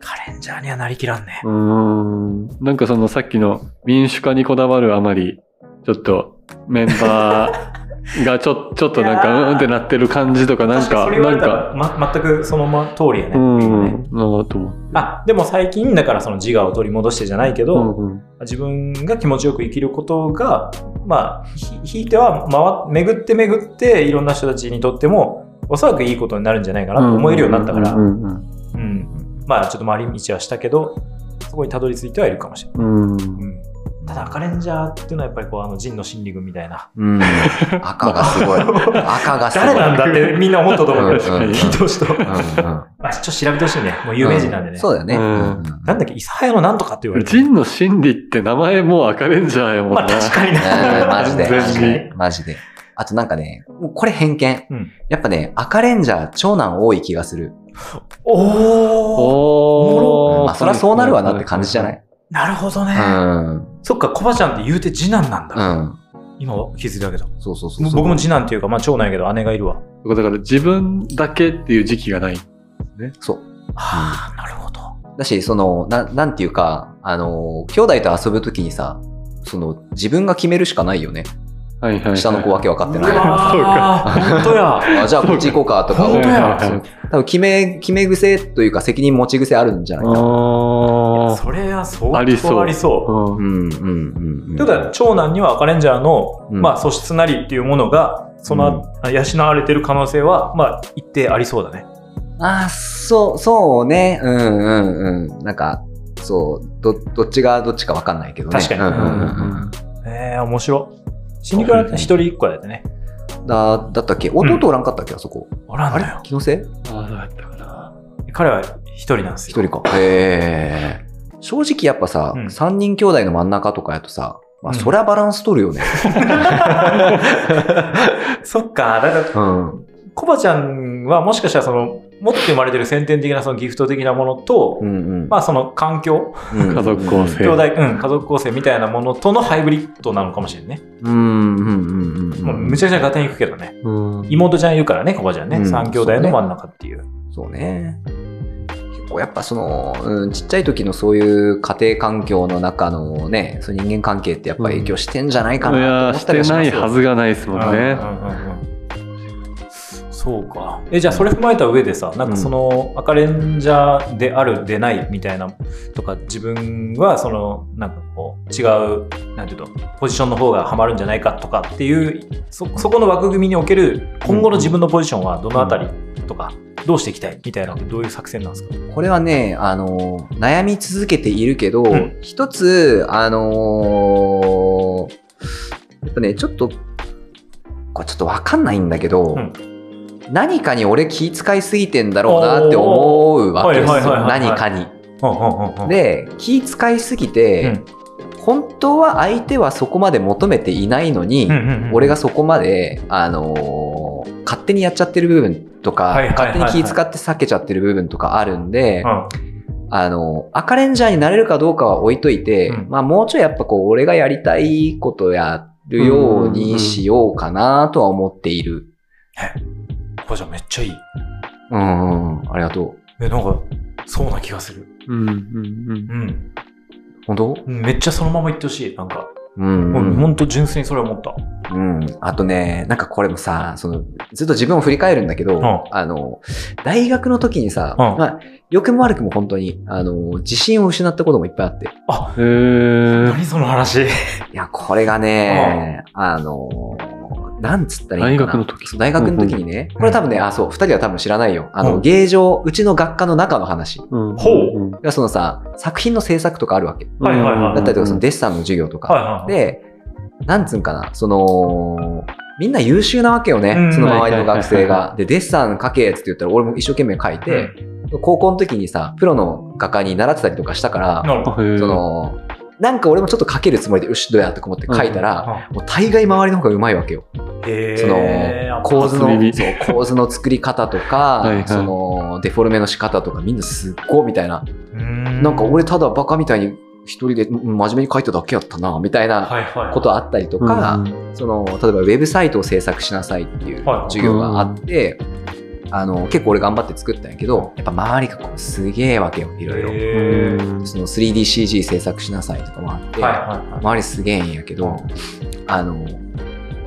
[SPEAKER 1] カレンジャーにはなりきらんね
[SPEAKER 3] うーん。なんかそのさっきの民主化にこだわるあまり、ちょっとメンバーがちょちょっとなん
[SPEAKER 1] いや
[SPEAKER 3] か
[SPEAKER 1] ー
[SPEAKER 3] うんってなってる感じとか、なん
[SPEAKER 1] 確かに
[SPEAKER 3] か、
[SPEAKER 1] それ言われ
[SPEAKER 3] なん
[SPEAKER 1] た
[SPEAKER 3] か、
[SPEAKER 1] ら、ま、全くそのま通りやね,、
[SPEAKER 3] うん、なんかと思う。
[SPEAKER 1] あでも最近だからその自我を取り戻してじゃないけど、
[SPEAKER 3] うんうん
[SPEAKER 1] 自分が気持ちよく生きることが、まあ、ひひいては回っ巡って巡っていろんな人たちにとってもおそらくいいことになるんじゃないかなと思えるようになったから、
[SPEAKER 3] う
[SPEAKER 1] うん
[SPEAKER 3] んうん
[SPEAKER 1] まあちょっと回り道はしたけどそこにたどり着いてはいるかもしれない。
[SPEAKER 3] うんうん
[SPEAKER 1] うんただ赤レンジャーっていうのはやっぱりこうあの陣の心理群みたいな
[SPEAKER 2] うん。赤がすごい。赤がすごい。
[SPEAKER 1] 誰なんだってみんな思ったと思うけど
[SPEAKER 2] うんうんう ん
[SPEAKER 1] 聞いてほしいと、
[SPEAKER 2] うんうん
[SPEAKER 1] まあ、ちょっと調べてほしいねもう有名人なんでね、
[SPEAKER 2] うそうだよね。
[SPEAKER 3] うん
[SPEAKER 1] なんだっけ諫早のなんとかって言われてる
[SPEAKER 3] 人の心理って名前もう赤レンジャーやもんな。
[SPEAKER 1] まあ確かにな、
[SPEAKER 2] うんマジで。
[SPEAKER 3] 全然
[SPEAKER 2] マジで。マジで。あとなんかね、もうこれ偏見。
[SPEAKER 1] うん
[SPEAKER 2] やっぱね、赤レンジャー、長男多い気がする。
[SPEAKER 1] おお
[SPEAKER 3] おー。
[SPEAKER 2] まあ、そりゃそうなるわなって感じじゃない
[SPEAKER 1] なるほどね、
[SPEAKER 2] うん。
[SPEAKER 1] そっかコバちゃんって言うて次男なんだ、
[SPEAKER 2] うん。
[SPEAKER 1] 今は気づいたけど
[SPEAKER 2] そうそうそうそう。
[SPEAKER 1] 僕も次男っていうか、まあ、長男やけど姉がいるわ
[SPEAKER 3] だから自分だけっていう時期がない。
[SPEAKER 2] そう。
[SPEAKER 1] ああなるほど
[SPEAKER 2] だし、その、ななんていうか、あのー、兄弟と遊ぶときにさ、その、自分が決めるしかないよね。
[SPEAKER 3] はいはい、はい。
[SPEAKER 2] 下の子わけ分かってない。
[SPEAKER 3] そう
[SPEAKER 1] 本当や
[SPEAKER 2] あじゃあこっち行こうかとか、
[SPEAKER 1] そう
[SPEAKER 3] はいはい
[SPEAKER 1] 本当
[SPEAKER 3] はい。
[SPEAKER 2] 多分決め、決め癖というか責任持ち癖あるんじゃないかな。
[SPEAKER 3] あ
[SPEAKER 1] それは相当あ
[SPEAKER 3] あ
[SPEAKER 1] り
[SPEAKER 3] り
[SPEAKER 1] そ
[SPEAKER 3] そうう
[SPEAKER 1] あり
[SPEAKER 3] あ。。
[SPEAKER 1] そう
[SPEAKER 2] うんんうんうんうん。
[SPEAKER 1] ということは長男には赤レンジャーの、
[SPEAKER 2] うん
[SPEAKER 1] まあ、素質なりっていうものがその、あ養われてる可能性は、まあ、一定ありそうだね
[SPEAKER 2] あー、そう、そうね。うんうんうん。なんか、そう、ど、どっちがどっちかわかんないけどね。
[SPEAKER 1] 確かに
[SPEAKER 2] うんうんうんうん
[SPEAKER 1] ええ面白い死にからって一人一個やでね
[SPEAKER 2] だ、だったっけ弟おらんかったっけあそこ。
[SPEAKER 1] おらん
[SPEAKER 2] あれ
[SPEAKER 1] のよ
[SPEAKER 2] 気のせい
[SPEAKER 3] ああ、どうやったかな。
[SPEAKER 1] 彼は一人なんです
[SPEAKER 2] 一
[SPEAKER 1] よ
[SPEAKER 2] 人か。へえ。正直やっぱさ
[SPEAKER 1] うん、
[SPEAKER 2] 三、人兄弟の真ん中とかやとさ、まあ、
[SPEAKER 1] うん
[SPEAKER 2] そりゃバランス取るよね。
[SPEAKER 1] そっかだから
[SPEAKER 2] うん。
[SPEAKER 1] コバちゃんはもしかしたらその持って生まれてる先天的なそのギフト的なものと、
[SPEAKER 2] うんうん。
[SPEAKER 1] まあその環境、
[SPEAKER 2] うん
[SPEAKER 3] 家族構成
[SPEAKER 1] 兄弟、うん、家族構成みたいなものとのハイブリッドなのかもしれんね。
[SPEAKER 2] うんうんうんうん。
[SPEAKER 1] もうむちゃくちゃガテンいくけどね。
[SPEAKER 3] うん。
[SPEAKER 1] 妹ちゃんいるからね、コバちゃんね。
[SPEAKER 2] うん
[SPEAKER 1] 三3兄弟の真ん中っていう。
[SPEAKER 2] そうね。結構やっぱその、うん、ちっちゃい時のそういう家庭環境の中のね、そういう人間関係ってやっぱ影響してんじゃないか
[SPEAKER 3] いや
[SPEAKER 2] な
[SPEAKER 3] ー
[SPEAKER 2] と思っ
[SPEAKER 3] した
[SPEAKER 2] り
[SPEAKER 3] て
[SPEAKER 2] はしま
[SPEAKER 3] な
[SPEAKER 2] す
[SPEAKER 3] い
[SPEAKER 2] よ。
[SPEAKER 3] はずがないですもんね
[SPEAKER 1] う。んうんうんうんそうか。え、じゃあそれ踏まえた上でさ、なんかその赤レンジャーである、でないみたいなとか、自分はその、なんかこう、違う、なんていうと、ポジションの方がハマるんじゃないかとかっていう、そ、そこの枠組みにおける今後の自分のポジションはどのあたりとか、どうしていきたいみたいなのってどういう作戦なんですか
[SPEAKER 2] これはね、あの、悩み続けているけど、
[SPEAKER 1] ん
[SPEAKER 2] 一つ、あのーやっぱね、ちょっと、これちょっとわかんないんだけど、
[SPEAKER 1] うん
[SPEAKER 2] 何かに俺気遣いすぎてんだろうなって思うわけです
[SPEAKER 1] おーはいはいはい
[SPEAKER 2] よ。
[SPEAKER 1] はい
[SPEAKER 2] 何かに。
[SPEAKER 1] うんうんうんうん
[SPEAKER 2] で、気遣いすぎ
[SPEAKER 1] う
[SPEAKER 2] て
[SPEAKER 1] ん、
[SPEAKER 2] 本当は相手はそこまで求めていないのに、
[SPEAKER 1] うんうんうん
[SPEAKER 2] 俺がそこまで、あのー勝手にやっちゃってる部分とか、
[SPEAKER 1] はいはいはいはい
[SPEAKER 2] 勝手に気遣って避けちゃってる部分とかあるんで、
[SPEAKER 1] うん
[SPEAKER 2] あの、赤レンジャーになれるかどうかは置いといて、
[SPEAKER 1] うん
[SPEAKER 2] まあもうちょいやっぱこう、俺がやりたいことやるようにしようかなとは思っている。
[SPEAKER 1] コバちゃんめっちゃいい。
[SPEAKER 2] うん、うん、ありがとう。
[SPEAKER 1] え、なんか、そうな気がする。
[SPEAKER 3] うんうんうん。
[SPEAKER 1] うん。
[SPEAKER 2] 本当
[SPEAKER 1] うんめっちゃそのまま言ってほしい。なんか、
[SPEAKER 2] うん
[SPEAKER 1] もう本当純粋にそれは思った。
[SPEAKER 2] うん。あとね、なんかこれもさ、その、ずっと自分を振り返るんだけど、
[SPEAKER 1] ん
[SPEAKER 2] あの、大学の時にさ、
[SPEAKER 1] うん
[SPEAKER 2] まあ、良くも悪くも本当に、あの、自信を失ったこともいっぱいあって。
[SPEAKER 3] へえ
[SPEAKER 1] 何その話。
[SPEAKER 2] いや、これがね、あの、なんつったらいいかな。
[SPEAKER 3] 大学の時
[SPEAKER 2] そう大学の時にね、これ多分ね、あ、そう、二人は多分知らないよ。あの、
[SPEAKER 1] うん
[SPEAKER 2] 芸場、うちの学科の中の話。
[SPEAKER 3] うん
[SPEAKER 1] ほう
[SPEAKER 3] うん
[SPEAKER 2] がそのさ、作品の制作とかあるわけ。
[SPEAKER 1] はいはいはい
[SPEAKER 2] だったりとか、そのデッサンの授業とか。
[SPEAKER 1] はいはいはい
[SPEAKER 2] で、なんつうんかな、その、みんな優秀なわけよね、
[SPEAKER 1] うん
[SPEAKER 2] その周りの学生
[SPEAKER 3] はいはいはい
[SPEAKER 2] が。で、デッサン書けって言ったら、俺も一生懸命書いて、高校の時にさ、プロの画家に習ってたりとかしたから、
[SPEAKER 1] なるほど。
[SPEAKER 3] へー
[SPEAKER 2] その、なんか俺もちょっと書けるつもりで、よし、どうやとか思って書いたら、もう大概周りの方がうまいわけよ。
[SPEAKER 1] へ
[SPEAKER 2] その構図の
[SPEAKER 3] 初耳
[SPEAKER 2] そう構図の作り方とか
[SPEAKER 3] はいはい
[SPEAKER 2] そのデフォルメの仕方とかみんなすっごいみたいな、
[SPEAKER 1] な
[SPEAKER 2] なんか、俺ただバカみたいに一人でうん真面目に書いただけやったなみたいな
[SPEAKER 1] はいはい。
[SPEAKER 2] ことあったりとか、その例えばウェブサイトを制作しなさいっていう
[SPEAKER 1] はい
[SPEAKER 2] 授業があって、あの結構俺頑張って作ったんやけどやっぱ周りがこうすげえわけよいろいろ。
[SPEAKER 1] へー
[SPEAKER 2] その 3DCG 制作しなさいとかもあって、
[SPEAKER 1] はいはいはい。
[SPEAKER 2] 周りすげえんやけど、あの、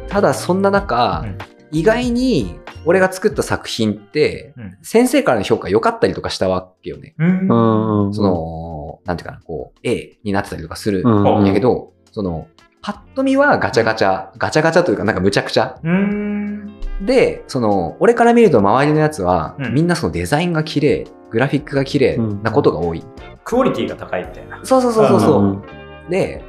[SPEAKER 2] ただそんな中、
[SPEAKER 1] うん
[SPEAKER 2] 意外に俺が作った作品って、
[SPEAKER 1] うん
[SPEAKER 2] 先生からの評価良かったりとかしたわけよね。
[SPEAKER 1] うん
[SPEAKER 3] うんうん
[SPEAKER 2] その、なんていうかな、こう、A になってたりとかする
[SPEAKER 3] うんん
[SPEAKER 2] やけど、その、パッと見はガチャガチャ、ガチャガチャというかなんかむちゃくちゃ。
[SPEAKER 1] うん。
[SPEAKER 2] で、その、俺から見ると周りのやつは、
[SPEAKER 1] うん
[SPEAKER 2] みんなそのデザインが綺麗、グラフィックが綺麗なことが多い。
[SPEAKER 1] クオリティが高いみたいな。
[SPEAKER 2] そうそうそうそうそう。
[SPEAKER 3] ん
[SPEAKER 2] で、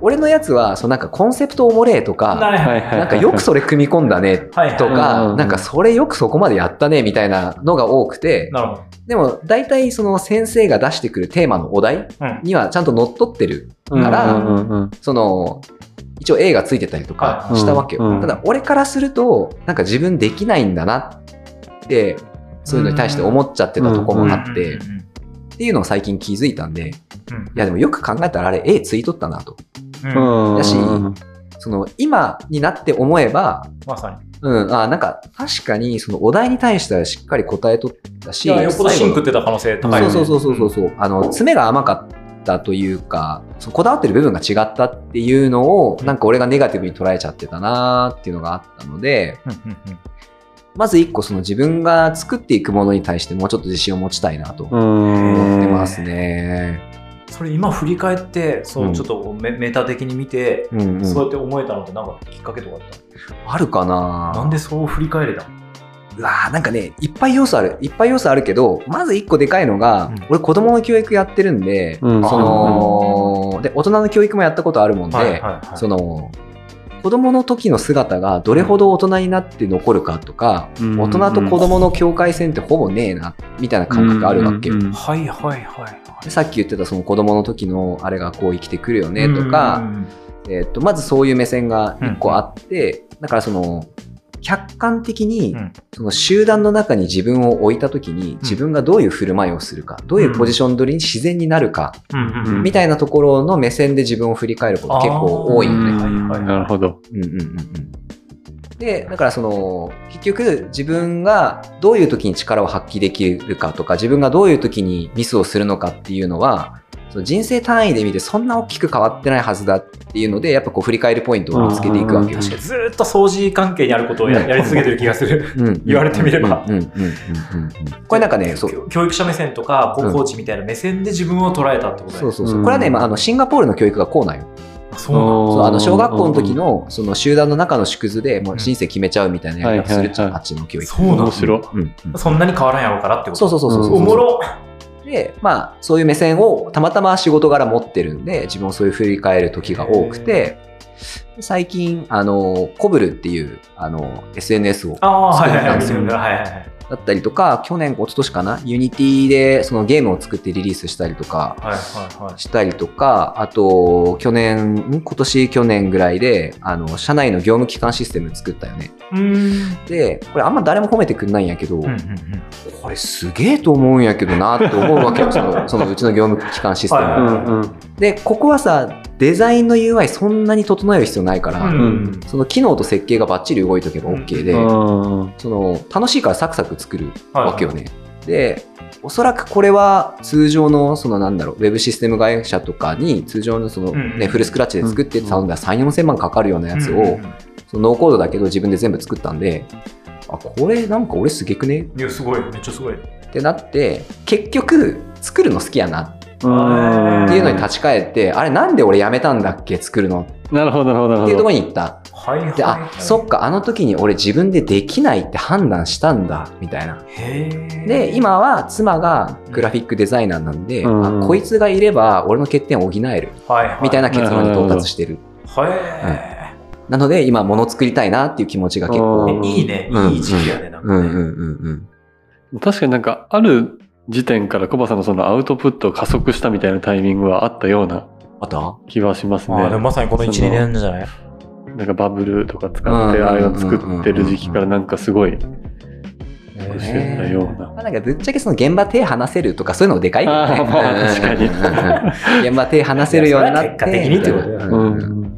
[SPEAKER 2] 俺のやつは、そのなんかコンセプトおもれえとか、
[SPEAKER 1] はい
[SPEAKER 3] はい
[SPEAKER 1] は
[SPEAKER 3] はい
[SPEAKER 1] い。
[SPEAKER 3] はい
[SPEAKER 2] なんかよくそれ組み込んだね
[SPEAKER 1] はいはい
[SPEAKER 2] と
[SPEAKER 3] うんうんう
[SPEAKER 2] か、
[SPEAKER 3] ん
[SPEAKER 2] なんかそれよくそこまでやったねみたいなのが多くて、
[SPEAKER 1] なるほど。
[SPEAKER 2] でも大体その先生が出してくるテーマのお題
[SPEAKER 1] うん。
[SPEAKER 2] にはちゃんとのっとってる、
[SPEAKER 3] うん
[SPEAKER 2] から
[SPEAKER 3] うんうんうん
[SPEAKER 2] その、一応 A がついてたりとかしたわけ
[SPEAKER 3] はい
[SPEAKER 2] よ
[SPEAKER 3] う。ん
[SPEAKER 2] ただ俺からすると、なんか自分できないんだなって、そういうのに対して思っちゃってたとこもあって、
[SPEAKER 1] うん
[SPEAKER 2] っていうのを最近気づいたんで、い
[SPEAKER 1] うんうん
[SPEAKER 2] やでもよく考えたらあれ A ついとったなと。
[SPEAKER 1] うんうん
[SPEAKER 3] うん
[SPEAKER 2] だし
[SPEAKER 3] うん
[SPEAKER 2] その今になって思えば、
[SPEAKER 1] まさに。
[SPEAKER 2] うん、あなんか確かにそのお題に対してはしっかり答えとったし、
[SPEAKER 1] いや、よっぽどシンクっ
[SPEAKER 2] 最
[SPEAKER 1] てた可能性
[SPEAKER 2] 後
[SPEAKER 1] 高いよね。
[SPEAKER 2] そうそうそうそうそう、あの詰めが甘かったというか、そのこだわってる部分が違ったっていうのを、なんか俺がネガティブに捉えちゃってたなーっていうのがあったので、
[SPEAKER 1] うんうんうん
[SPEAKER 2] まず一個その自分が作っていくものに対してもうちょっと自信を持ちたいなと思
[SPEAKER 3] うん
[SPEAKER 2] ってますね。
[SPEAKER 1] それ今振り返って、そうう、
[SPEAKER 2] ん
[SPEAKER 1] ちょっとメメタ的に見て、
[SPEAKER 2] うんうん
[SPEAKER 1] そうやって思えたのってなんかきっかけとかあっ
[SPEAKER 2] あるかな
[SPEAKER 1] たなんでそう振り返れたの
[SPEAKER 2] うわーなんかね、いっぱい要素ある。いっぱい要素あるけど、まず一個でかいのが、
[SPEAKER 1] うん
[SPEAKER 2] 俺子供の教育やってるんで、
[SPEAKER 3] うん
[SPEAKER 2] その、で、大人の教育もやったことあるもんで、
[SPEAKER 1] はいはいはい。
[SPEAKER 2] その、子供の時の姿がどれほど大人になって残るかとか、
[SPEAKER 3] うん
[SPEAKER 2] 大人と子供の境界線ってほぼねえな、みたいな感覚あるわけよ。
[SPEAKER 3] うんうんうん
[SPEAKER 1] はいはいはい。
[SPEAKER 2] でさっき言ってたその子供の時のあれがこう生きてくるよねとか、
[SPEAKER 1] うんうんうん、
[SPEAKER 2] えっとまずそういう目線が一個あって、だからその客観的に
[SPEAKER 1] うん
[SPEAKER 2] その集団の中に自分を置いた時に自分がどういう振る舞いをするか、どういうポジション取りに自然になるか、
[SPEAKER 1] うん
[SPEAKER 3] うん
[SPEAKER 2] みたいなところの目線で自分を振り返ること結構多いよ
[SPEAKER 1] あー
[SPEAKER 2] ね。
[SPEAKER 3] うん
[SPEAKER 1] はいはい
[SPEAKER 3] なるほど。
[SPEAKER 2] うんうんうんうんでだからその結局自分がどういう時に力を発揮できるかとか自分がどういう時にミスをするのかっていうのはその人生単位で見てそんな大きく変わってないはずだっていうのでやっぱこう振り返るポイントを見つけていくわけよ。
[SPEAKER 1] 確かにずーっと掃除関係にあることをややり続けてる気がする。
[SPEAKER 2] うん
[SPEAKER 1] 言われてみれば
[SPEAKER 2] うんうんうんうんうんうんこれな んかねそう
[SPEAKER 1] 教育者目線とか高校知みたいな目線で自分を捉えたってことだよ
[SPEAKER 2] そう
[SPEAKER 1] ね。
[SPEAKER 2] そうそうこれはね、まあ、あのシンガポールの教育がこうなんよ。
[SPEAKER 1] あそうなんだ
[SPEAKER 2] そうあの小学校の時のその集団の中の縮図でもう人生決めちゃうみたいなやり方するじゃ
[SPEAKER 3] うん
[SPEAKER 2] んあっちの教育。
[SPEAKER 1] そうなん
[SPEAKER 3] 面白い
[SPEAKER 2] うんうん
[SPEAKER 1] そんなに変わらんやろうからってこと
[SPEAKER 2] そうそうそうそうそう。
[SPEAKER 1] おもろ
[SPEAKER 2] で、まあ、そういう目線をたまたま仕事柄持ってるんで、自分をそういう振り返る時が多くて、最近、あの、コブルっていう、あの、SNS を、だ
[SPEAKER 1] ああ、はいはいはい。
[SPEAKER 2] そうなんですよ
[SPEAKER 1] はいはいはい
[SPEAKER 2] ったりとか、去年、一昨年かな、ユニティでそのゲームを作ってリリースしたりとか、
[SPEAKER 1] はいはいはい
[SPEAKER 2] したりとか、あと、去年、ん今年、去年ぐらいで、あの、社内の業務機関システム作ったよね。
[SPEAKER 1] うーん
[SPEAKER 2] で、これあんま誰も褒めてくんないんやけど、
[SPEAKER 1] うんうんうん
[SPEAKER 2] これすげえと思うんやけどなって思うわけよ、その、そのうちの業務機関システムが。
[SPEAKER 1] はい
[SPEAKER 3] うんうん
[SPEAKER 2] でここはさデザインの UI そんなに整える必要ないから、
[SPEAKER 1] うんうんうん
[SPEAKER 2] その機能と設計がバッチリ動いとけば OK で、
[SPEAKER 3] うんうん
[SPEAKER 2] その楽しいからサクサク作るわけよね、でおそらくこれは通常の、そのなんだろう、ウェブシステム会社とかに通常のその
[SPEAKER 1] うん
[SPEAKER 2] ね、フルスクラッチで作ってたのでは3、4千万かかるようなやつ
[SPEAKER 1] うんうんう
[SPEAKER 2] を
[SPEAKER 1] ん、
[SPEAKER 2] そのノーコードだけど自分で全部作ったんで、あ、これなんか俺すげくね
[SPEAKER 1] いやすごいめっちゃすごい
[SPEAKER 2] ってなって、結局作るの好きやなっ
[SPEAKER 3] うん
[SPEAKER 2] ていうのに立ち返って、あれなんで俺やめたんだっけ作るの
[SPEAKER 3] なるほど、なるほど、なる
[SPEAKER 2] っ
[SPEAKER 3] ほ
[SPEAKER 2] ていうとこ
[SPEAKER 3] ど。
[SPEAKER 2] ろに行った。
[SPEAKER 1] はいはい
[SPEAKER 2] で、あ、そっか、あの時に俺自分でできないって判断したんだ、みたいな。
[SPEAKER 1] へえ
[SPEAKER 2] で、今は妻がグラフィックデザイナーなんで、
[SPEAKER 3] うん
[SPEAKER 2] あこいつがいれば俺の欠点を補える、
[SPEAKER 1] はいはい
[SPEAKER 2] みたい
[SPEAKER 1] な
[SPEAKER 2] な結論に到達してる。
[SPEAKER 1] へ
[SPEAKER 2] なので、今、物作りたいなっていう気持ちが結
[SPEAKER 1] え、
[SPEAKER 3] う
[SPEAKER 2] 構。
[SPEAKER 3] ん
[SPEAKER 1] いいね
[SPEAKER 2] うん
[SPEAKER 1] いい時期やねなん
[SPEAKER 2] う
[SPEAKER 1] か
[SPEAKER 2] ん
[SPEAKER 1] ね、
[SPEAKER 2] うんうん
[SPEAKER 3] 確かになんか、ある時点からコバさんのそのアウトプットを加速したみたいなタイミングはあったような
[SPEAKER 2] うん。あと
[SPEAKER 3] 気はしますね。
[SPEAKER 1] あーでもまさにこの
[SPEAKER 3] その
[SPEAKER 1] 12年じゃない
[SPEAKER 3] なんかバブルとか使って、
[SPEAKER 2] うん
[SPEAKER 3] あれを作ってる時期からなんかすごい
[SPEAKER 1] ね
[SPEAKER 3] してたような。
[SPEAKER 2] まあなんかぶっちゃけその現場手離せるとかそういうのもでかいよ ね。
[SPEAKER 3] あーまあ確かに
[SPEAKER 2] うんうんうん現場手離せるようになって。
[SPEAKER 1] いやそれは結果的にってことだよ
[SPEAKER 3] う
[SPEAKER 2] うんう
[SPEAKER 3] ん。確
[SPEAKER 2] ん
[SPEAKER 3] かに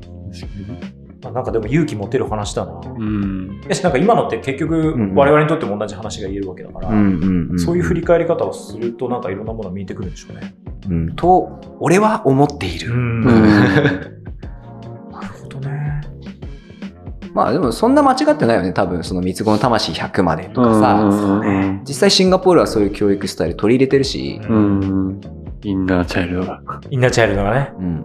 [SPEAKER 1] あなんかでも勇気持てる話だな
[SPEAKER 3] うん。
[SPEAKER 1] やしなんか今のって結局
[SPEAKER 2] んうん
[SPEAKER 1] 我々にとっても同じ話が言えるわけだから、
[SPEAKER 2] うんうん
[SPEAKER 1] そういう振り返り方をするとなんかいろんなものが見えてくるんでしょうね。
[SPEAKER 2] うんと、俺は思っている。
[SPEAKER 1] ん
[SPEAKER 3] う
[SPEAKER 1] なる
[SPEAKER 3] ん
[SPEAKER 1] ほどね。
[SPEAKER 2] まあでもそんな間違ってないよね、多分その三つ子の魂100までとかさ。
[SPEAKER 3] うん
[SPEAKER 2] 実際シンガポールはそういう教育スタイル取り入れてるし、
[SPEAKER 3] うん。インナーチャイルドが。
[SPEAKER 1] インナーチャイルドがね
[SPEAKER 2] うんうんうん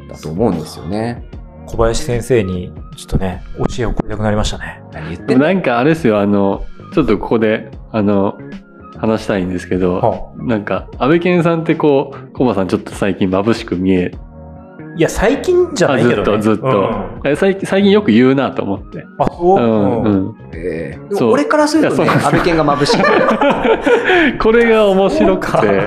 [SPEAKER 2] うんだと思うんですよね。
[SPEAKER 1] 小林先生にちょっとね教えを送りたくなりましたね。
[SPEAKER 2] 何言っ
[SPEAKER 3] で
[SPEAKER 2] て
[SPEAKER 3] も
[SPEAKER 2] んの
[SPEAKER 3] なんかあれですよ、あの、ちょっとここで、あの、話したいんですけど、
[SPEAKER 1] は
[SPEAKER 3] なんか、安倍健さんってこう、コバさんちょっと最近眩しく見え、
[SPEAKER 1] あいや最近じゃ
[SPEAKER 3] あ
[SPEAKER 1] ない
[SPEAKER 3] ず
[SPEAKER 1] け
[SPEAKER 3] っ
[SPEAKER 1] ど、
[SPEAKER 3] と
[SPEAKER 1] ね、
[SPEAKER 3] ずっと、
[SPEAKER 1] うん
[SPEAKER 3] え最近最近よく言うなと思って。
[SPEAKER 1] あそうう、
[SPEAKER 3] ん、
[SPEAKER 1] うん
[SPEAKER 3] うん。
[SPEAKER 2] えー
[SPEAKER 3] そう
[SPEAKER 2] でも俺からすると
[SPEAKER 3] い
[SPEAKER 2] ね、
[SPEAKER 3] やそう
[SPEAKER 2] 安倍健が眩しい。
[SPEAKER 3] これが面白く て。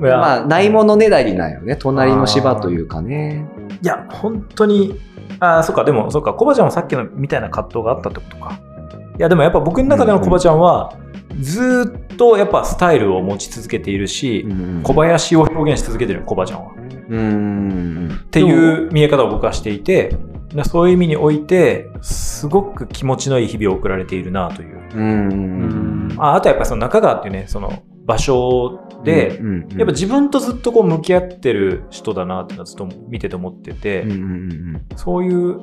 [SPEAKER 1] いや
[SPEAKER 2] まあ、ないものねだりなんよね。隣の芝というかね。
[SPEAKER 1] いや本当にあーそっかでもそっかコバちゃんもさっきのみたいな葛藤があったってことか。いやでもやっぱ僕の中でのコバちゃんは、ずーっとやっぱスタイルを持ち続けているし、小林を表現し続けてるコバちゃんは。
[SPEAKER 2] うん
[SPEAKER 1] っていう見え方を僕はしていてなそういう意味においてすごく気持ちのいい日々を送られているなという
[SPEAKER 2] うん。うん。
[SPEAKER 1] ああとはやっぱりその中川っていうねその場所で、
[SPEAKER 2] うんうん
[SPEAKER 1] やっぱ自分とずっとこう向き合ってる人だなっていうのはずっと見てて思ってて、
[SPEAKER 2] うんうんうん
[SPEAKER 1] そういう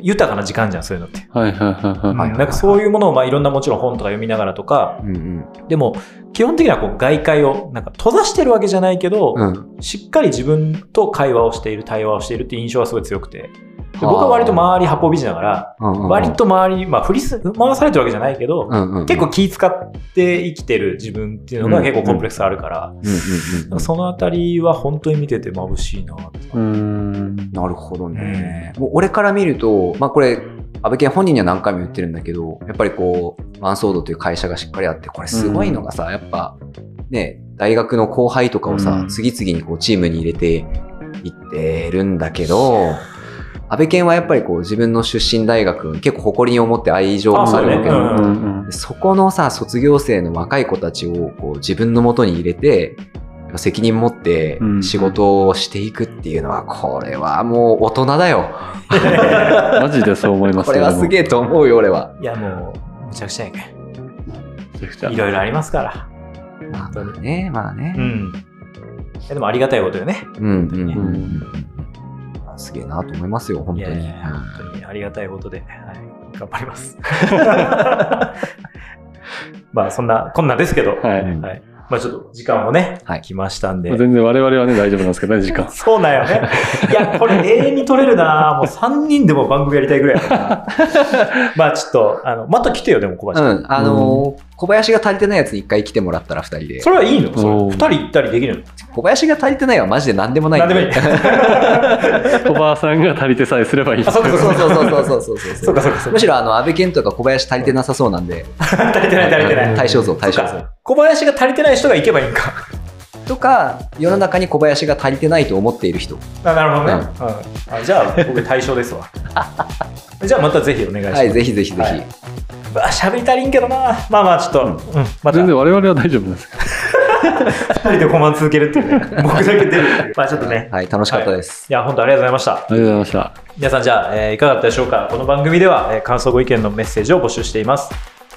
[SPEAKER 1] 豊かな時間じゃんそういうのって。
[SPEAKER 3] はいはいはいはい。
[SPEAKER 2] はい
[SPEAKER 1] なんかそういうものをまあいろんなもちろん本とか読みながらとか
[SPEAKER 2] うんうん
[SPEAKER 1] でも基本的にはこう外界をなんか閉ざしてるわけじゃないけど、
[SPEAKER 2] うん
[SPEAKER 1] しっかり自分と会話をしている対話をしているっていう印象がすごい強くてで
[SPEAKER 2] はあ
[SPEAKER 1] 僕は割と周り八方美人だから
[SPEAKER 2] うん。
[SPEAKER 1] 割と周りに、まあ、振りす回されてるわけじゃないけど、
[SPEAKER 2] うんうん、
[SPEAKER 1] 結構気使って生きてる自分っていうのが
[SPEAKER 2] うん
[SPEAKER 1] 結構コンプレックスあるから、
[SPEAKER 2] うんうんうん、
[SPEAKER 1] そのあたりは本当に見てて眩しいなって
[SPEAKER 3] うん。
[SPEAKER 2] なるほどね。もう俺から見ると、まあこれ、安倍健本人には何回も言ってるんだけど、やっぱりこう、マンソードという会社がしっかりあって、これすごいのがさ、やっぱ、ね、大学の後輩とかをさ、
[SPEAKER 1] うん
[SPEAKER 2] 次々にこうチームに入れていってるんだけど、安倍健はやっぱりこう自分の出身大学、結構誇りに思って愛情もあるわけ
[SPEAKER 1] あそう
[SPEAKER 2] だから
[SPEAKER 1] ね
[SPEAKER 3] うん
[SPEAKER 2] そこのさ、卒業生の若い子たちをこう自分の元に入れて、やっぱ責任持って
[SPEAKER 3] うん
[SPEAKER 2] 仕事をしていくっていうのは、これはもう大人だよ。
[SPEAKER 3] マジでそう思います
[SPEAKER 2] これはすげえと思うよ、俺は。
[SPEAKER 1] いやもうむちゃくちゃやねい
[SPEAKER 3] え。
[SPEAKER 1] ろいろありますから
[SPEAKER 2] ま
[SPEAKER 1] 本当に
[SPEAKER 2] あね、まあ
[SPEAKER 1] う
[SPEAKER 2] ね。
[SPEAKER 1] んいやでもありがたいことよね
[SPEAKER 2] うんうんうんうん
[SPEAKER 3] う
[SPEAKER 2] あすげえなと思いますよ、本
[SPEAKER 1] い
[SPEAKER 2] 当
[SPEAKER 1] やい
[SPEAKER 2] に
[SPEAKER 1] や。本当にありがたいことで、はい、頑張ります まあそんなこんなですけど、
[SPEAKER 3] は
[SPEAKER 2] う
[SPEAKER 3] い。
[SPEAKER 2] ん
[SPEAKER 1] はいまあちょっと時間もね、
[SPEAKER 2] はい
[SPEAKER 1] 来ましたんで
[SPEAKER 3] 全然我々はね、大丈夫なんですけどね、時間。
[SPEAKER 1] そうなんよね。いや、これ永遠に撮れるなもう3人でも番組やりたいぐらい だなまあちょっと、あの、また来てよ、でも小
[SPEAKER 2] う
[SPEAKER 1] 林君。
[SPEAKER 2] ん、あのー小林が足りてないやつに一回来てもらったら二人で
[SPEAKER 1] そ。れはいいのそれ
[SPEAKER 3] おー
[SPEAKER 1] 二人行ったりできる
[SPEAKER 2] 小林が足りてないはマジで何でもな
[SPEAKER 1] の
[SPEAKER 2] い
[SPEAKER 1] なんん
[SPEAKER 2] で。
[SPEAKER 1] でもいい。
[SPEAKER 3] おばあさんが足りてさえすればいい。
[SPEAKER 1] あ、そっ
[SPEAKER 2] そ
[SPEAKER 1] か
[SPEAKER 2] う
[SPEAKER 1] そ
[SPEAKER 2] そ
[SPEAKER 1] っ
[SPEAKER 2] う
[SPEAKER 1] か。
[SPEAKER 2] そうそうそうそうそう
[SPEAKER 1] そっかそっかそっ
[SPEAKER 2] むしろあの安倍健とか小林足りてなさそうなんで
[SPEAKER 1] か。 足りてない足りてない。
[SPEAKER 2] 対象像対
[SPEAKER 1] そ
[SPEAKER 2] 象
[SPEAKER 1] っ
[SPEAKER 2] 像
[SPEAKER 1] か小林が足りてない人が行けばいいんか。
[SPEAKER 2] とか世の中に小林が足りてないと思っている人
[SPEAKER 1] あなるほどね。うんあじゃあ、僕対象です わ。じゃあまたぜひお願いします。
[SPEAKER 2] はいぜひぜひぜ
[SPEAKER 1] は
[SPEAKER 2] ひ、
[SPEAKER 1] いまあ喋り足りんけどなまあまあちょっと、うん、また
[SPEAKER 3] 全然我々は大丈夫なんですけ
[SPEAKER 1] 二人でコマン続けるっていうね。 僕だけ出るっていう。まあちょっとね。
[SPEAKER 2] はい楽しかったです、
[SPEAKER 1] いや、本当ありがとうございました。
[SPEAKER 3] どありがとうございました。
[SPEAKER 1] 皆さんじゃあ、えーいかがだったでしょうかこの番組では、えー感想ご意見のメッセージを募集しています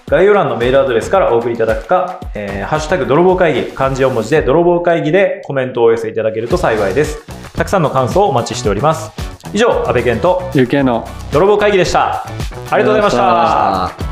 [SPEAKER 1] 概要欄のメールアドレスからお送りいただくか、えーハッシュタグ泥棒会議、漢字4文字で泥棒会議でコメントをお寄せいただけると幸いです。たくさんの感想をお待ちしております。以上、安倍健と
[SPEAKER 3] UK の
[SPEAKER 1] 泥棒会議でした。ありがとうございまし
[SPEAKER 3] ありがとうございま
[SPEAKER 1] た。
[SPEAKER 2] あ